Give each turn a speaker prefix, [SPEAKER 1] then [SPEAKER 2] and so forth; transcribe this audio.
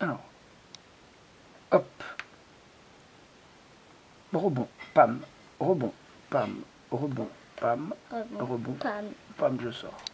[SPEAKER 1] Alors, hop. Rebond, pam, rebond, pam, rebond, pam,
[SPEAKER 2] Rebond.
[SPEAKER 1] rebond,
[SPEAKER 2] Pam.
[SPEAKER 1] pam, je sors.